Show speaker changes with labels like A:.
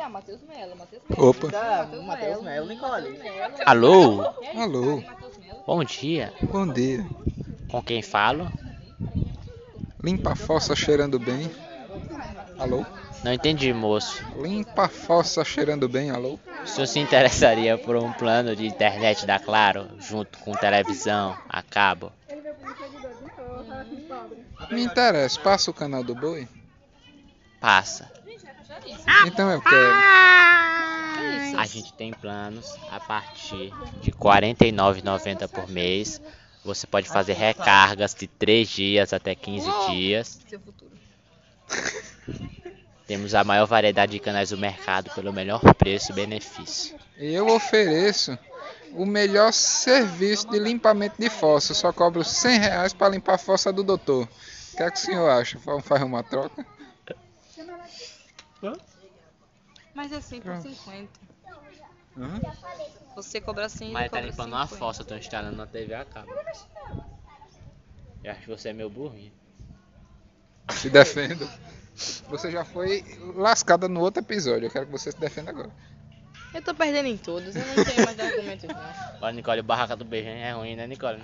A: Ah, Matheus Melo, Matheus Melo.
B: Opa.
C: Tá,
A: Matheus
C: Matheus
A: Melo.
C: Melo, Nicole.
D: Alô?
A: E aí,
B: Alô.
A: cara, Matheus Melo?
D: Bom dia.
B: Bom dia.
D: Com quem falo?
B: Limpa a fossa cheirando bem. Alô?
D: Não entendi, moço.
B: Limpa a fossa cheirando bem, alô?
D: O senhor se interessaria por um plano de internet da Claro, junto com televisão, a cabo?
B: Me interessa, passa o canal do boi?
D: Passa.
B: Então eu quero.
D: A gente tem planos a partir de R$ 49,90 por mês. Você pode fazer recargas de 3 dias até 15 dias.
A: Seu futuro.
D: Temos a maior variedade de canais do mercado pelo melhor preço e benefício.
B: E eu ofereço o melhor serviço de limpamento de fossa. Eu só cobro 100 reais pra limpar a fossa do doutor. O que é que o senhor acha? Vamos fazer uma troca?
A: Mas é 100 por
B: Pronto.
A: 50.
B: Hum?
A: Você cobra 100 ele
D: Mas tá
A: cobra
D: limpando uma
A: 50.
D: fossa, tô instalando na TV a cabo. Eu acho que você é meu burrinho.
B: Se defenda. Você já foi lascada no outro episódio. Eu quero que você se defenda agora.
A: Eu tô perdendo em todos, eu não tenho mais argumentos não.
D: Olha, Nicole, o barraca do beijinho é ruim, né, Nicole?